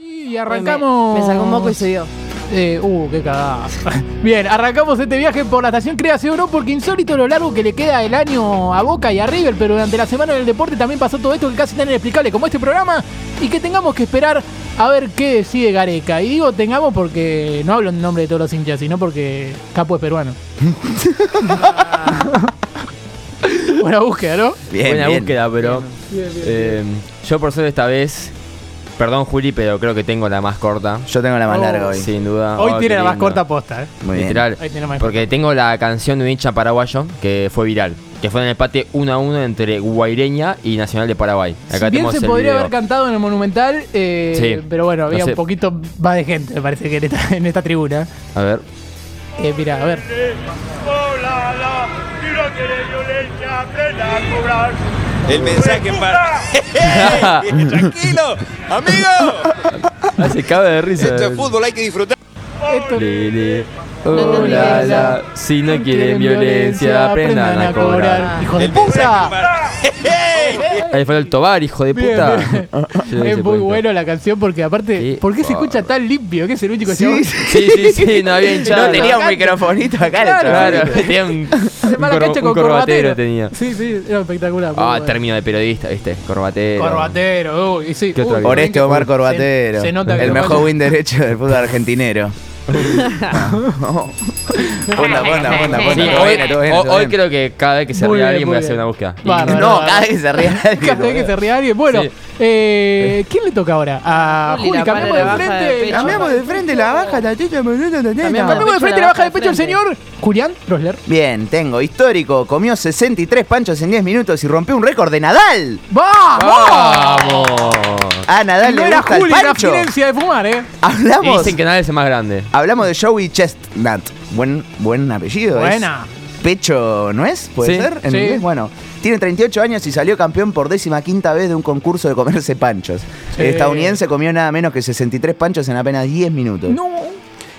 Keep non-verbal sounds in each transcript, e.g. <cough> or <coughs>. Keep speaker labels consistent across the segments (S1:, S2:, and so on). S1: y arrancamos.
S2: Me, me sacó un moco y subió.
S1: Eh, uh, qué cagada. <laughs> Bien, arrancamos este viaje por la estación Creación Pro porque insólito lo largo que le queda el año a Boca y a River, pero durante la semana del deporte también pasó todo esto que casi tan inexplicable como este programa y que tengamos que esperar a ver qué decide Gareca. Y digo tengamos porque no hablo en nombre de todos los hinchas, sino porque Capo es
S3: <laughs>
S1: peruano. <laughs> Buena búsqueda, ¿no?
S4: Bien,
S3: Buena
S4: bien.
S3: búsqueda, pero. eh, yo por suerte esta vez. Perdón, Juli, pero creo que tengo la más corta.
S4: Yo tengo la más
S1: Oh,
S4: larga hoy.
S3: Sin duda.
S1: Hoy
S3: Oh,
S1: tiene
S3: qué
S1: la más
S3: lindo.
S1: corta posta, ¿eh?
S4: Muy bien.
S3: Literal.
S1: Ahí tiene la más
S3: Porque tengo la canción de un hincha paraguayo que fue viral. Que fue en el empate 1 a 1 entre Guaireña y Nacional de Paraguay.
S1: Si bien
S3: tenemos
S1: se
S3: el
S1: podría
S3: video.
S1: haber cantado en el Monumental, eh,
S3: Sí.
S1: pero bueno, había
S3: No sé.
S1: un poquito más de gente, me parece que en esta, en esta tribuna.
S3: A ver.
S1: Eh, mira, a ver.
S5: El mensaje para.
S3: <laughs>
S5: ¡Ey! ¡Tranquilo! ¡Amigo!
S3: Ah, se cabe de risa.
S5: Esto es fútbol, hay que disfrutar.
S1: Esto-
S3: Le, le.
S2: No
S3: Oh, la,
S2: quieren
S3: la. Si no quieren violencia, aprendan a cobrar. Ah,
S1: ¡Hijo de
S5: El mensaje
S1: puta!
S5: para. ¡Ey!
S3: Ahí fue el Tobar, hijo de
S1: Bien,
S3: puta.
S1: bien.
S3: Yo ese
S1: Es muy
S3: cuento.
S1: bueno la canción porque aparte,
S3: Sí.
S1: ¿por qué se
S3: Oh.
S1: escucha tan limpio? ¿Qué es el único
S4: Sí,
S1: chabón? <laughs>
S4: sí.
S3: Sí, sí, sí, no había hinchado.
S4: No, tenía un
S1: Canta.
S4: microfonito acá, el
S3: Claro,
S4: chaval.
S3: <laughs>
S1: <laughs>
S3: tenía un,
S1: Se va a
S3: un
S1: la
S3: corba-
S1: cancha
S3: un
S1: con
S3: corbatero
S1: corbatero.
S3: tenía.
S1: Sí, sí, era espectacular. muy
S3: Ah,
S1: bueno.
S3: término de periodista, viste, corbatero.
S1: Corbatero, uy, y sí.
S3: ¿Qué otra
S1: uy,
S3: cosa?
S4: Oreste Omar
S1: se-
S4: Corbatero.
S1: se nota que
S4: el
S1: lo
S4: mejor
S1: pasa-
S4: win derecho del
S1: <laughs>
S4: fútbol argentinero. Ponda, ponda, ponda,
S3: Sí,
S4: ponda. Todo
S3: hoy,
S4: bien, todo bien,
S3: ho-
S4: todo
S3: hoy
S4: bien.
S3: creo que cada vez que se
S1: Muy
S3: ría
S1: bien,
S3: alguien
S1: muy
S3: voy a hacer
S1: bien.
S3: una búsqueda.
S1: Bárbaro.
S4: No, cada vez que se
S1: <laughs>
S4: ríe. alguien,
S1: Cada vez que
S4: boludo.
S1: se ríe alguien. Bueno,
S3: Sí.
S1: eh, ¿quién le toca ahora? A
S2: Juli,
S1: Juli,
S2: la
S1: cambiamos
S2: pala,
S1: de
S2: la baja de
S1: frente.
S2: pecho.
S4: Cambiamos de frente la baja, la teta, boludo, la teta.
S2: Cambiamos
S1: Cambiamos de frente la baja de pecho el
S2: frente.
S1: señor Julián Rosler.
S4: Bien, tengo histórico. Comió 63 panchos en 10 minutos y rompió un récord de Nadal.
S1: ¡Vamos!
S3: ¡Vamos!
S4: A Nadal
S1: no
S4: le
S1: era
S4: gusta el
S1: Juli la
S4: pancho.
S1: abstinencia de fumar, ¿eh?
S3: Y
S4: Hablamos,
S3: dicen que nadie es el más grande.
S4: hablamos de Joey Chestnut. Buen, buen apellido. es.
S1: Buena.
S4: Pecho, ¿no es? ¿Puede
S3: Sí.
S4: ser? ¿En
S1: Sí.
S4: inglés? Bueno, tiene 38 años y salió campeón por décima quinta vez de un concurso de comerse panchos.
S1: Sí.
S4: El estadounidense comió nada menos que 63 panchos en apenas 10 minutos.
S1: No.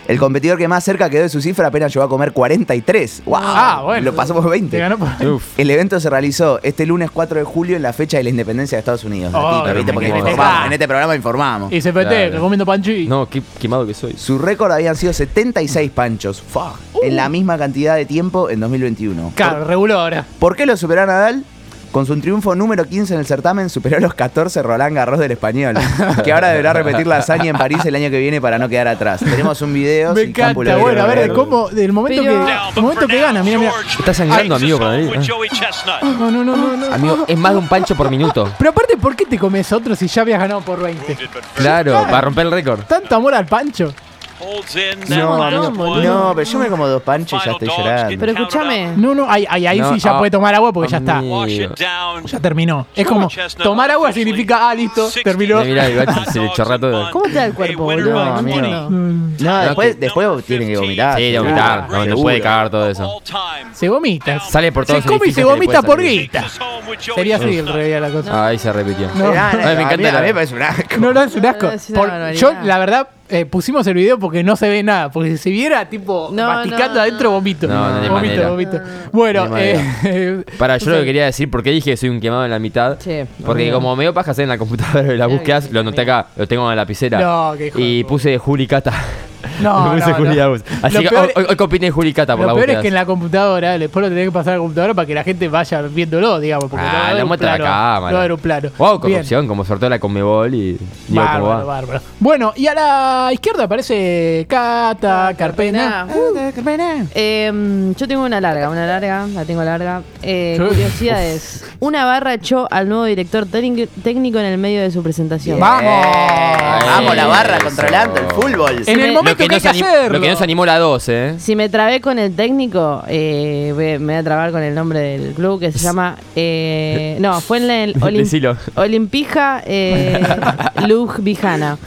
S4: El competidor que más cerca quedó de su cifra apenas llegó a comer 43. ¡Wow!
S1: Ah, bueno.
S4: Lo pasó por 20.
S1: Te ganó por-
S3: Uf.
S4: El evento se realizó este lunes 4 de julio en la fecha de la independencia de Estados Unidos.
S1: Oh,
S4: Datito,
S3: pero
S4: ¿viste? Porque
S3: me quedé
S4: informamos.
S1: acá.
S4: En este programa informamos.
S1: Y se pete,
S3: Claro.
S1: comiendo panchi.
S3: No, qué quemado que soy.
S4: Su récord habían sido 76 panchos. Fa, En la misma cantidad de tiempo en 2021.
S1: Uh. Claro, reguló ahora.
S4: ¿Por qué lo superó a Nadal? Con su triunfo número 15 en el certamen, superó los 14 Roland Garros
S1: <laughs>
S4: del español, que ahora deberá repetir la hazaña en París el año que viene para no quedar atrás. Tenemos un video.
S1: Me
S4: si Campu lo
S1: encanta.
S4: quiere
S1: Bueno, a ver,
S4: ver.
S1: el combo, del momento
S2: Pero-
S1: que, el momento que gana. Mira, mira.
S3: Está sangrando, amigo, para mí.
S1: No, no, no, no, no.
S3: Amigo, es más de un pancho por minuto.
S1: Pero aparte, ¿por qué te comes otro si ya habías ganado por 20?
S3: Claro, para romper el récord.
S1: Tanto amor al pancho.
S4: No, no,
S2: boludo.
S4: no, pero yo me como dos panchos y ya estoy llorando.
S2: Pero escúchame.
S1: No, no, ahí, ahí, ahí
S3: No,
S1: sí ya
S3: ah,
S1: puede tomar agua porque ya está.
S3: amigo.
S1: Ya terminó. Es como tomar agua significa, ah, listo, terminó.
S3: Mira, el gato se le chorra todo.
S2: ¿Cómo te da el cuerpo, boludo?
S4: No,
S2: No
S4: amigo.
S2: entiendo.
S4: No, después, después tienen que vomitar.
S3: Sí, de vomitar. No, no puede cagar todo eso.
S1: Se vomita.
S3: Sale por todos
S1: Se
S3: los
S1: come y se
S3: edificios que le
S1: vomita
S3: puede
S1: por
S3: salir.
S1: guita. Sería así el rey de la cosa.
S3: Ahí se repitió.
S1: No.
S4: Ah, no,
S3: Ay, me
S4: a mí-
S3: encanta la-
S4: A mí me parece un asco.
S1: No, no, es un
S2: No,
S1: asco.
S2: es una
S1: Por-
S2: barbaridad.
S1: yo, la verdad, eh, pusimos el video porque no se ve nada. Porque si se viera, tipo,
S2: No,
S1: masticando
S2: no,
S1: adentro,
S2: no.
S1: vomito.
S3: No, no hay
S1: vomito,
S3: manera.
S1: vomito. Bueno,
S3: No hay
S1: eh, <laughs>
S3: Para, yo lo que quería decir, porque dije que soy un quemado en la mitad.
S2: Sí,
S3: porque
S2: amigo.
S3: como me dio paja hacer en la computadora y las
S2: Claro
S3: búsquedas,
S2: que sí,
S3: lo anoté
S2: amigo.
S3: acá, lo tengo en la lapicera.
S1: No, qué hijo de
S3: y
S1: puta.
S3: puse Juli Cata.
S1: <laughs> no,
S3: <laughs> Me puse
S1: no,
S3: Juli
S1: no.
S3: Agus. Así
S1: Lo
S3: que
S1: peor-
S3: hoy, hoy copié Juli Cata por
S1: Lo
S3: la
S1: peor
S3: búsqueda.
S1: es que en la computadora, después lo tenés que pasar a la computadora para que la gente vaya viéndolo, digamos. Porque no va a
S3: Ah,
S1: haber
S3: lo
S1: un
S3: muestra la
S1: plano,
S3: cámara.
S1: No va a haber un plano. Bien.
S3: Wow, corrupción, como sorteo la Conmebol y. digo, ¿cómo va?
S1: Bárbaro, bárbaro. Bueno, y a la izquierda aparece Cata, Carpena.
S2: Carpena. Eh, yo tengo una larga, una larga, la tengo larga. Eh,
S1: Sí.
S2: curiosidades. Una barra echó al nuevo director técnic- técnico en el medio de su presentación.
S1: Vamos.
S4: Vamos, la barra
S3: Eso.
S4: controlando el fútbol.
S1: En el
S2: Lo
S3: Lo
S1: momento
S3: que,
S1: que,
S3: no
S1: hay
S3: se
S1: que
S3: anim-
S1: hacerlo.
S3: lo que no se animó la 12, ¿eh?
S2: Si me trabé con el técnico, eh, ve- me voy a trabar con el nombre del club que se llama. eh, no, fue en el Olim-
S3: Decilo.
S2: Olimpija eh, Lug Vijana,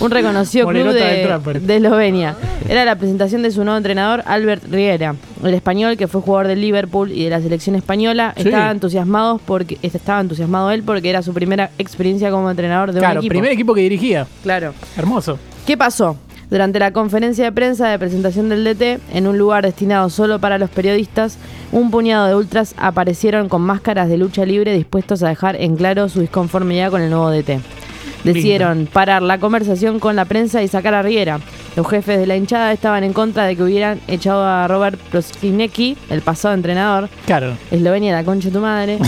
S2: un reconocido club
S1: Morenota del
S2: de,
S1: Trapper.
S2: de Eslovenia. Era la presentación de su nuevo entrenador, Albert Riera, el español que fue jugador de Liverpool y de la selección española.
S1: Sí.
S2: Estaba, entusiasmado porque, estaba entusiasmado él porque era su primera experiencia como entrenador de
S1: Claro,
S2: un equipo.
S1: primer equipo que dirigía.
S2: Claro.
S1: Hermoso.
S2: ¿Qué pasó? Durante la conferencia de prensa de presentación del DT, en un lugar destinado solo para los periodistas, un puñado de ultras aparecieron con máscaras de lucha libre dispuestos a dejar en claro su disconformidad con el nuevo DT. Decidieron parar la conversación con la prensa y sacar a Riera. Los jefes de la hinchada estaban en contra de que hubieran echado a Robert Proskinecki, el pasado entrenador.
S1: Claro.
S2: Eslovenia, la concha de tu madre.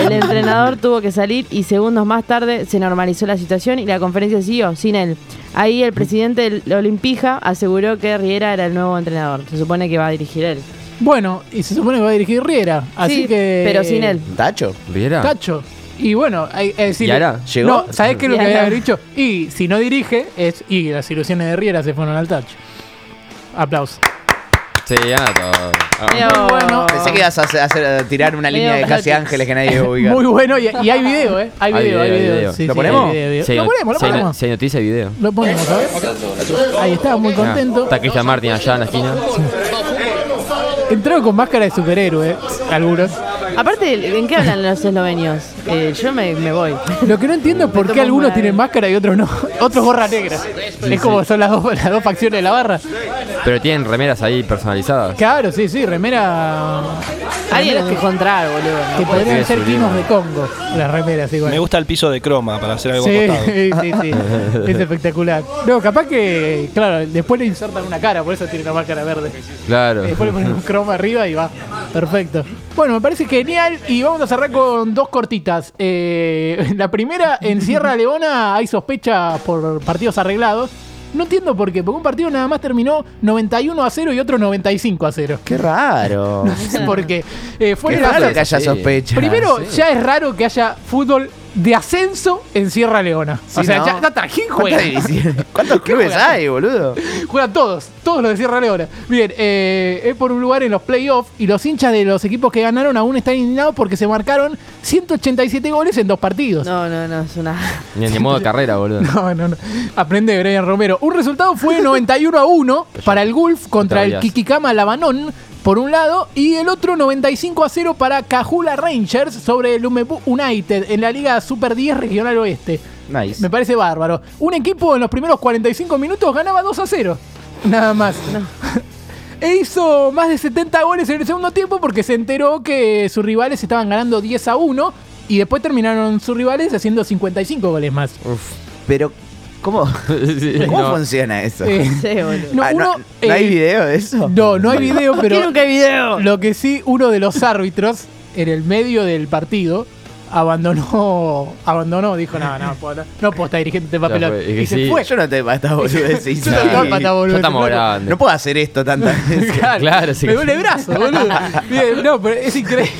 S2: El entrenador tuvo que salir y segundos más tarde se normalizó la situación y la conferencia siguió sin él. Ahí el presidente del Olimpija aseguró que Riera era el nuevo entrenador. Se supone que va a dirigir él.
S1: Bueno, y se supone que va a dirigir Riera. Así
S2: Sí,
S1: que.
S2: Pero sin él.
S4: ¿Tacho?
S3: ¿Viera?
S1: Tacho. Y bueno, hay que decir.
S3: Ah. ¿Y ahora?
S4: ¿Llegó?
S1: No, ¿sabés qué es lo
S2: ¿Y
S1: que
S2: ahora?
S1: había dicho? Y si no dirige, es. Y las ilusiones de Riera se fueron al Tacho. Aplausos.
S3: Sí, ya todo.
S2: Medio-
S1: Muy bueno.
S4: Pensé que ibas a, hacer- a hacer- a tirar una
S2: Medio
S4: línea de casi
S2: gratis.
S4: ángeles que nadie ubica.
S1: Ah. <laughs> Muy bueno, y, y hay video, ¿eh? Hay video, hay video. Sí,
S4: ¿Lo
S1: sí,
S4: ponemos?
S1: hay video, video.
S3: Si hay
S1: Lo
S3: no-
S1: ponemos, lo
S3: si hay no-
S1: ponemos.
S3: Si hay noticia, hay video.
S1: Lo ponemos, ¿sabes? Ahí está, muy
S3: Ah,
S1: contento.
S3: Está Cristian Martin allá en la esquina.
S1: Entraron con máscara de superhéroe, algunos.
S2: Aparte, ¿en qué hablan los eslovenios? Eh, yo me, me voy.
S1: Lo que no entiendo es por qué
S2: tomo
S1: algunos
S2: una-
S1: tienen máscara y otros no. <laughs> Otros gorra negra. Es como son las dos, las dos facciones de la barra.
S3: Pero tienen remeras ahí personalizadas.
S1: Claro, sí, sí, remera. remeras
S2: Alguien los que
S1: que,
S2: encontrar, boludo. ¿no?
S1: que podrían
S3: puede
S1: ser
S3: ser,
S1: quinos
S3: Lima.
S1: de Congo, las remeras igual.
S6: Me gusta el piso de croma para hacer algo
S1: Sí,
S6: acostado.
S1: <laughs> sí, sí. Es espectacular. No, capaz que, claro, después le insertan una cara, por eso tiene una máscara verde.
S3: Claro.
S1: Después le ponen un croma arriba y va. Perfecto. Bueno, me parece genial. Y vamos a cerrar con dos cortitas. Eh, <laughs> la primera, en Sierra Leona hay sospecha por partidos arreglados. No entiendo por qué, porque un partido nada más terminó 91 a 0 y otro 95 a <laughs> 0. <laughs>
S4: Qué raro.
S1: No sé por qué. Eh, fue
S4: Qué
S1: en la-
S4: raro que haya
S3: Sí.
S4: sospecha.
S1: Primero, ya es raro que haya fútbol de ascenso en Sierra Leona. o
S4: Sí,
S1: sea,
S4: ¿no?
S1: ya está Tajín juega.
S4: ¿Cuántas divisiones- <laughs> ¿Cuántos clubes hay, boludo?
S1: Juegan todos, todos los de Sierra Leona. Bien, eh, es por un lugar en los playoffs y los hinchas de los equipos que ganaron aún están indignados porque se marcaron 187 goles en dos partidos.
S2: No, no, no, es una. <laughs>
S3: Ni en modo de carrera, boludo.
S1: <laughs> No, no, no. Aprende Brian Romero. Un resultado fue 91 a 1 para el Gulf contra el
S3: Travias.
S1: Kikikama Labanón, por un lado, y el otro 95 a 0 para Cajula Rangers sobre el Lumebu United en la Liga Super 10 Regional Oeste.
S4: Nice.
S1: Me parece bárbaro. Un equipo en los primeros 45 minutos ganaba 2 a 0. Nada más. <laughs> E hizo más de 70 goles en el segundo tiempo porque se enteró que sus rivales estaban ganando 10 a 1 y después terminaron sus rivales haciendo 55 goles más.
S3: Uf.
S4: Pero, ¿cómo,
S3: Sí,
S4: ¿cómo
S3: no.
S4: funciona eso?
S1: Eh,
S2: Sí, boludo.
S1: no,
S4: Ah,
S1: uno,
S4: ¿no hay
S1: eh,
S4: video de eso?
S1: No, no hay
S2: <laughs>
S1: video, pero
S2: Quiero que hay video.
S1: lo que sí, uno de los árbitros en el medio del partido abandonó, abandonó, dijo, no, no, puedo, no, no puedo estar dirigiendo este papel.
S3: fue,
S1: y
S3: es que
S1: se
S3: sí.
S1: fue.
S4: Yo no te matas,
S1: <laughs>
S4: boludo. decís,
S1: Yo no
S4: sí.
S1: te mato, boludo.
S3: Ya estamos
S1: No, no.
S3: grandes.
S4: No puedo hacer
S1: <laughs>
S4: esto tantas veces.
S1: Claro,
S3: Claro, sí
S1: me
S3: que
S1: duele
S3: sí.
S1: el brazo,
S3: <laughs>
S1: boludo. Bien, No, pero es increíble.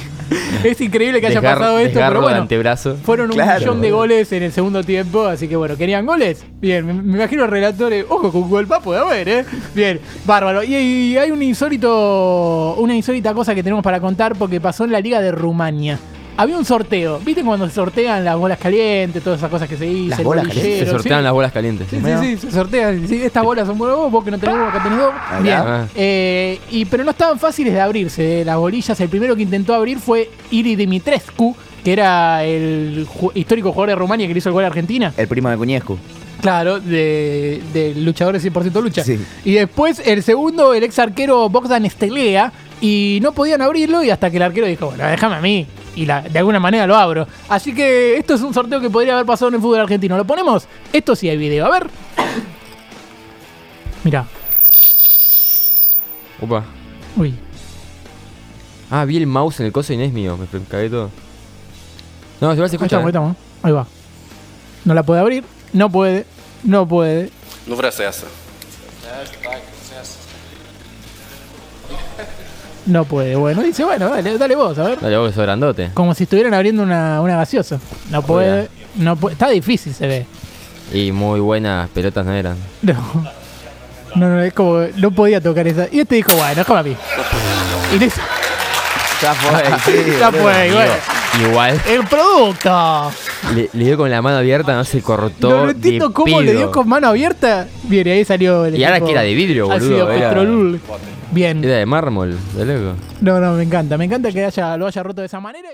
S1: Es increíble que haya
S3: Desgar-
S1: pasado esto,
S3: desgarro
S1: pero
S3: de
S1: bueno.
S3: antebrazo.
S1: Fueron un
S4: Claro.
S1: millón de goles en el segundo tiempo, así que bueno, ¿querían goles? Bien, me, me imagino relatores, ojo con gol papo de haber, ¿eh? Bien, bárbaro. Y, y hay un insólito, una insólita cosa que tenemos para contar porque pasó en la Liga de Rumania. Había un sorteo, ¿viste cuando se sortean las bolas calientes, todas esas cosas que se dicen?
S4: Las bolas calientes,
S3: Se sortean las bolas calientes.
S1: Sí, sí, sí, se sortean. Sí, estas bolas son para vos, vos que no tenés uno, acá tenés dos.
S4: Ahí
S1: Bien.
S3: va.
S1: Eh, y, pero no estaban fáciles de abrirse eh, las bolillas. El primero que intentó abrir fue Iri Dimitrescu, que era el ju- histórico jugador de Rumania que le hizo el gol a Argentina.
S4: El primo de Cuñescu.
S1: Claro, de, de luchadores 100% lucha.
S4: Sí.
S1: Y después el segundo, el ex arquero Bogdan Estelea. Y no podían abrirlo y hasta que el arquero dijo, bueno, déjame a mí. Y la- de alguna manera lo abro. Así que esto es un sorteo que podría haber pasado en el fútbol argentino. ¿Lo ponemos? Esto sí hay video. A ver. <coughs> Mirá.
S3: Upa.
S1: Uy.
S3: Ah, vi el mouse en el coso y no es mío. Me cagué todo. No, igual se
S1: Ahí
S3: escucha.
S1: estamos, ahí estamos. Ahí va. No la puede abrir. No puede. No puede.
S7: Nu vrea să iasă.
S1: No puede. Bueno, dice, bueno, dale, dale vos, a ver.
S3: ¿eh? Dale, vos que sos grandote.
S1: Como si estuvieran abriendo una, una gaseosa. No puede. No puede. Está difícil, se ve.
S3: Y muy buenas pelotas no eran.
S1: No. No, no, es como que no podía tocar esa. Y este dijo, bueno, déjame a mí. Y le hizo-
S4: Ya fue, sí,
S1: <laughs> ya
S4: boludo.
S1: fue, y bueno.
S3: Digo, Igual
S1: El producto.
S3: le, le dio con la mano abierta, no se cortó.
S1: No, no
S3: de
S1: entiendo cómo le
S3: pedo.
S1: dio con mano abierta. Bien, y ahí salió el
S3: Y ahora
S1: equipo.
S3: que era de vidrio,
S1: Ha sido
S3: boludo. Era,
S1: Petrolul. Bien.
S3: era de mármol, de loco.
S1: No, no, me encanta. Me encanta que haya, lo haya roto de esa manera. y-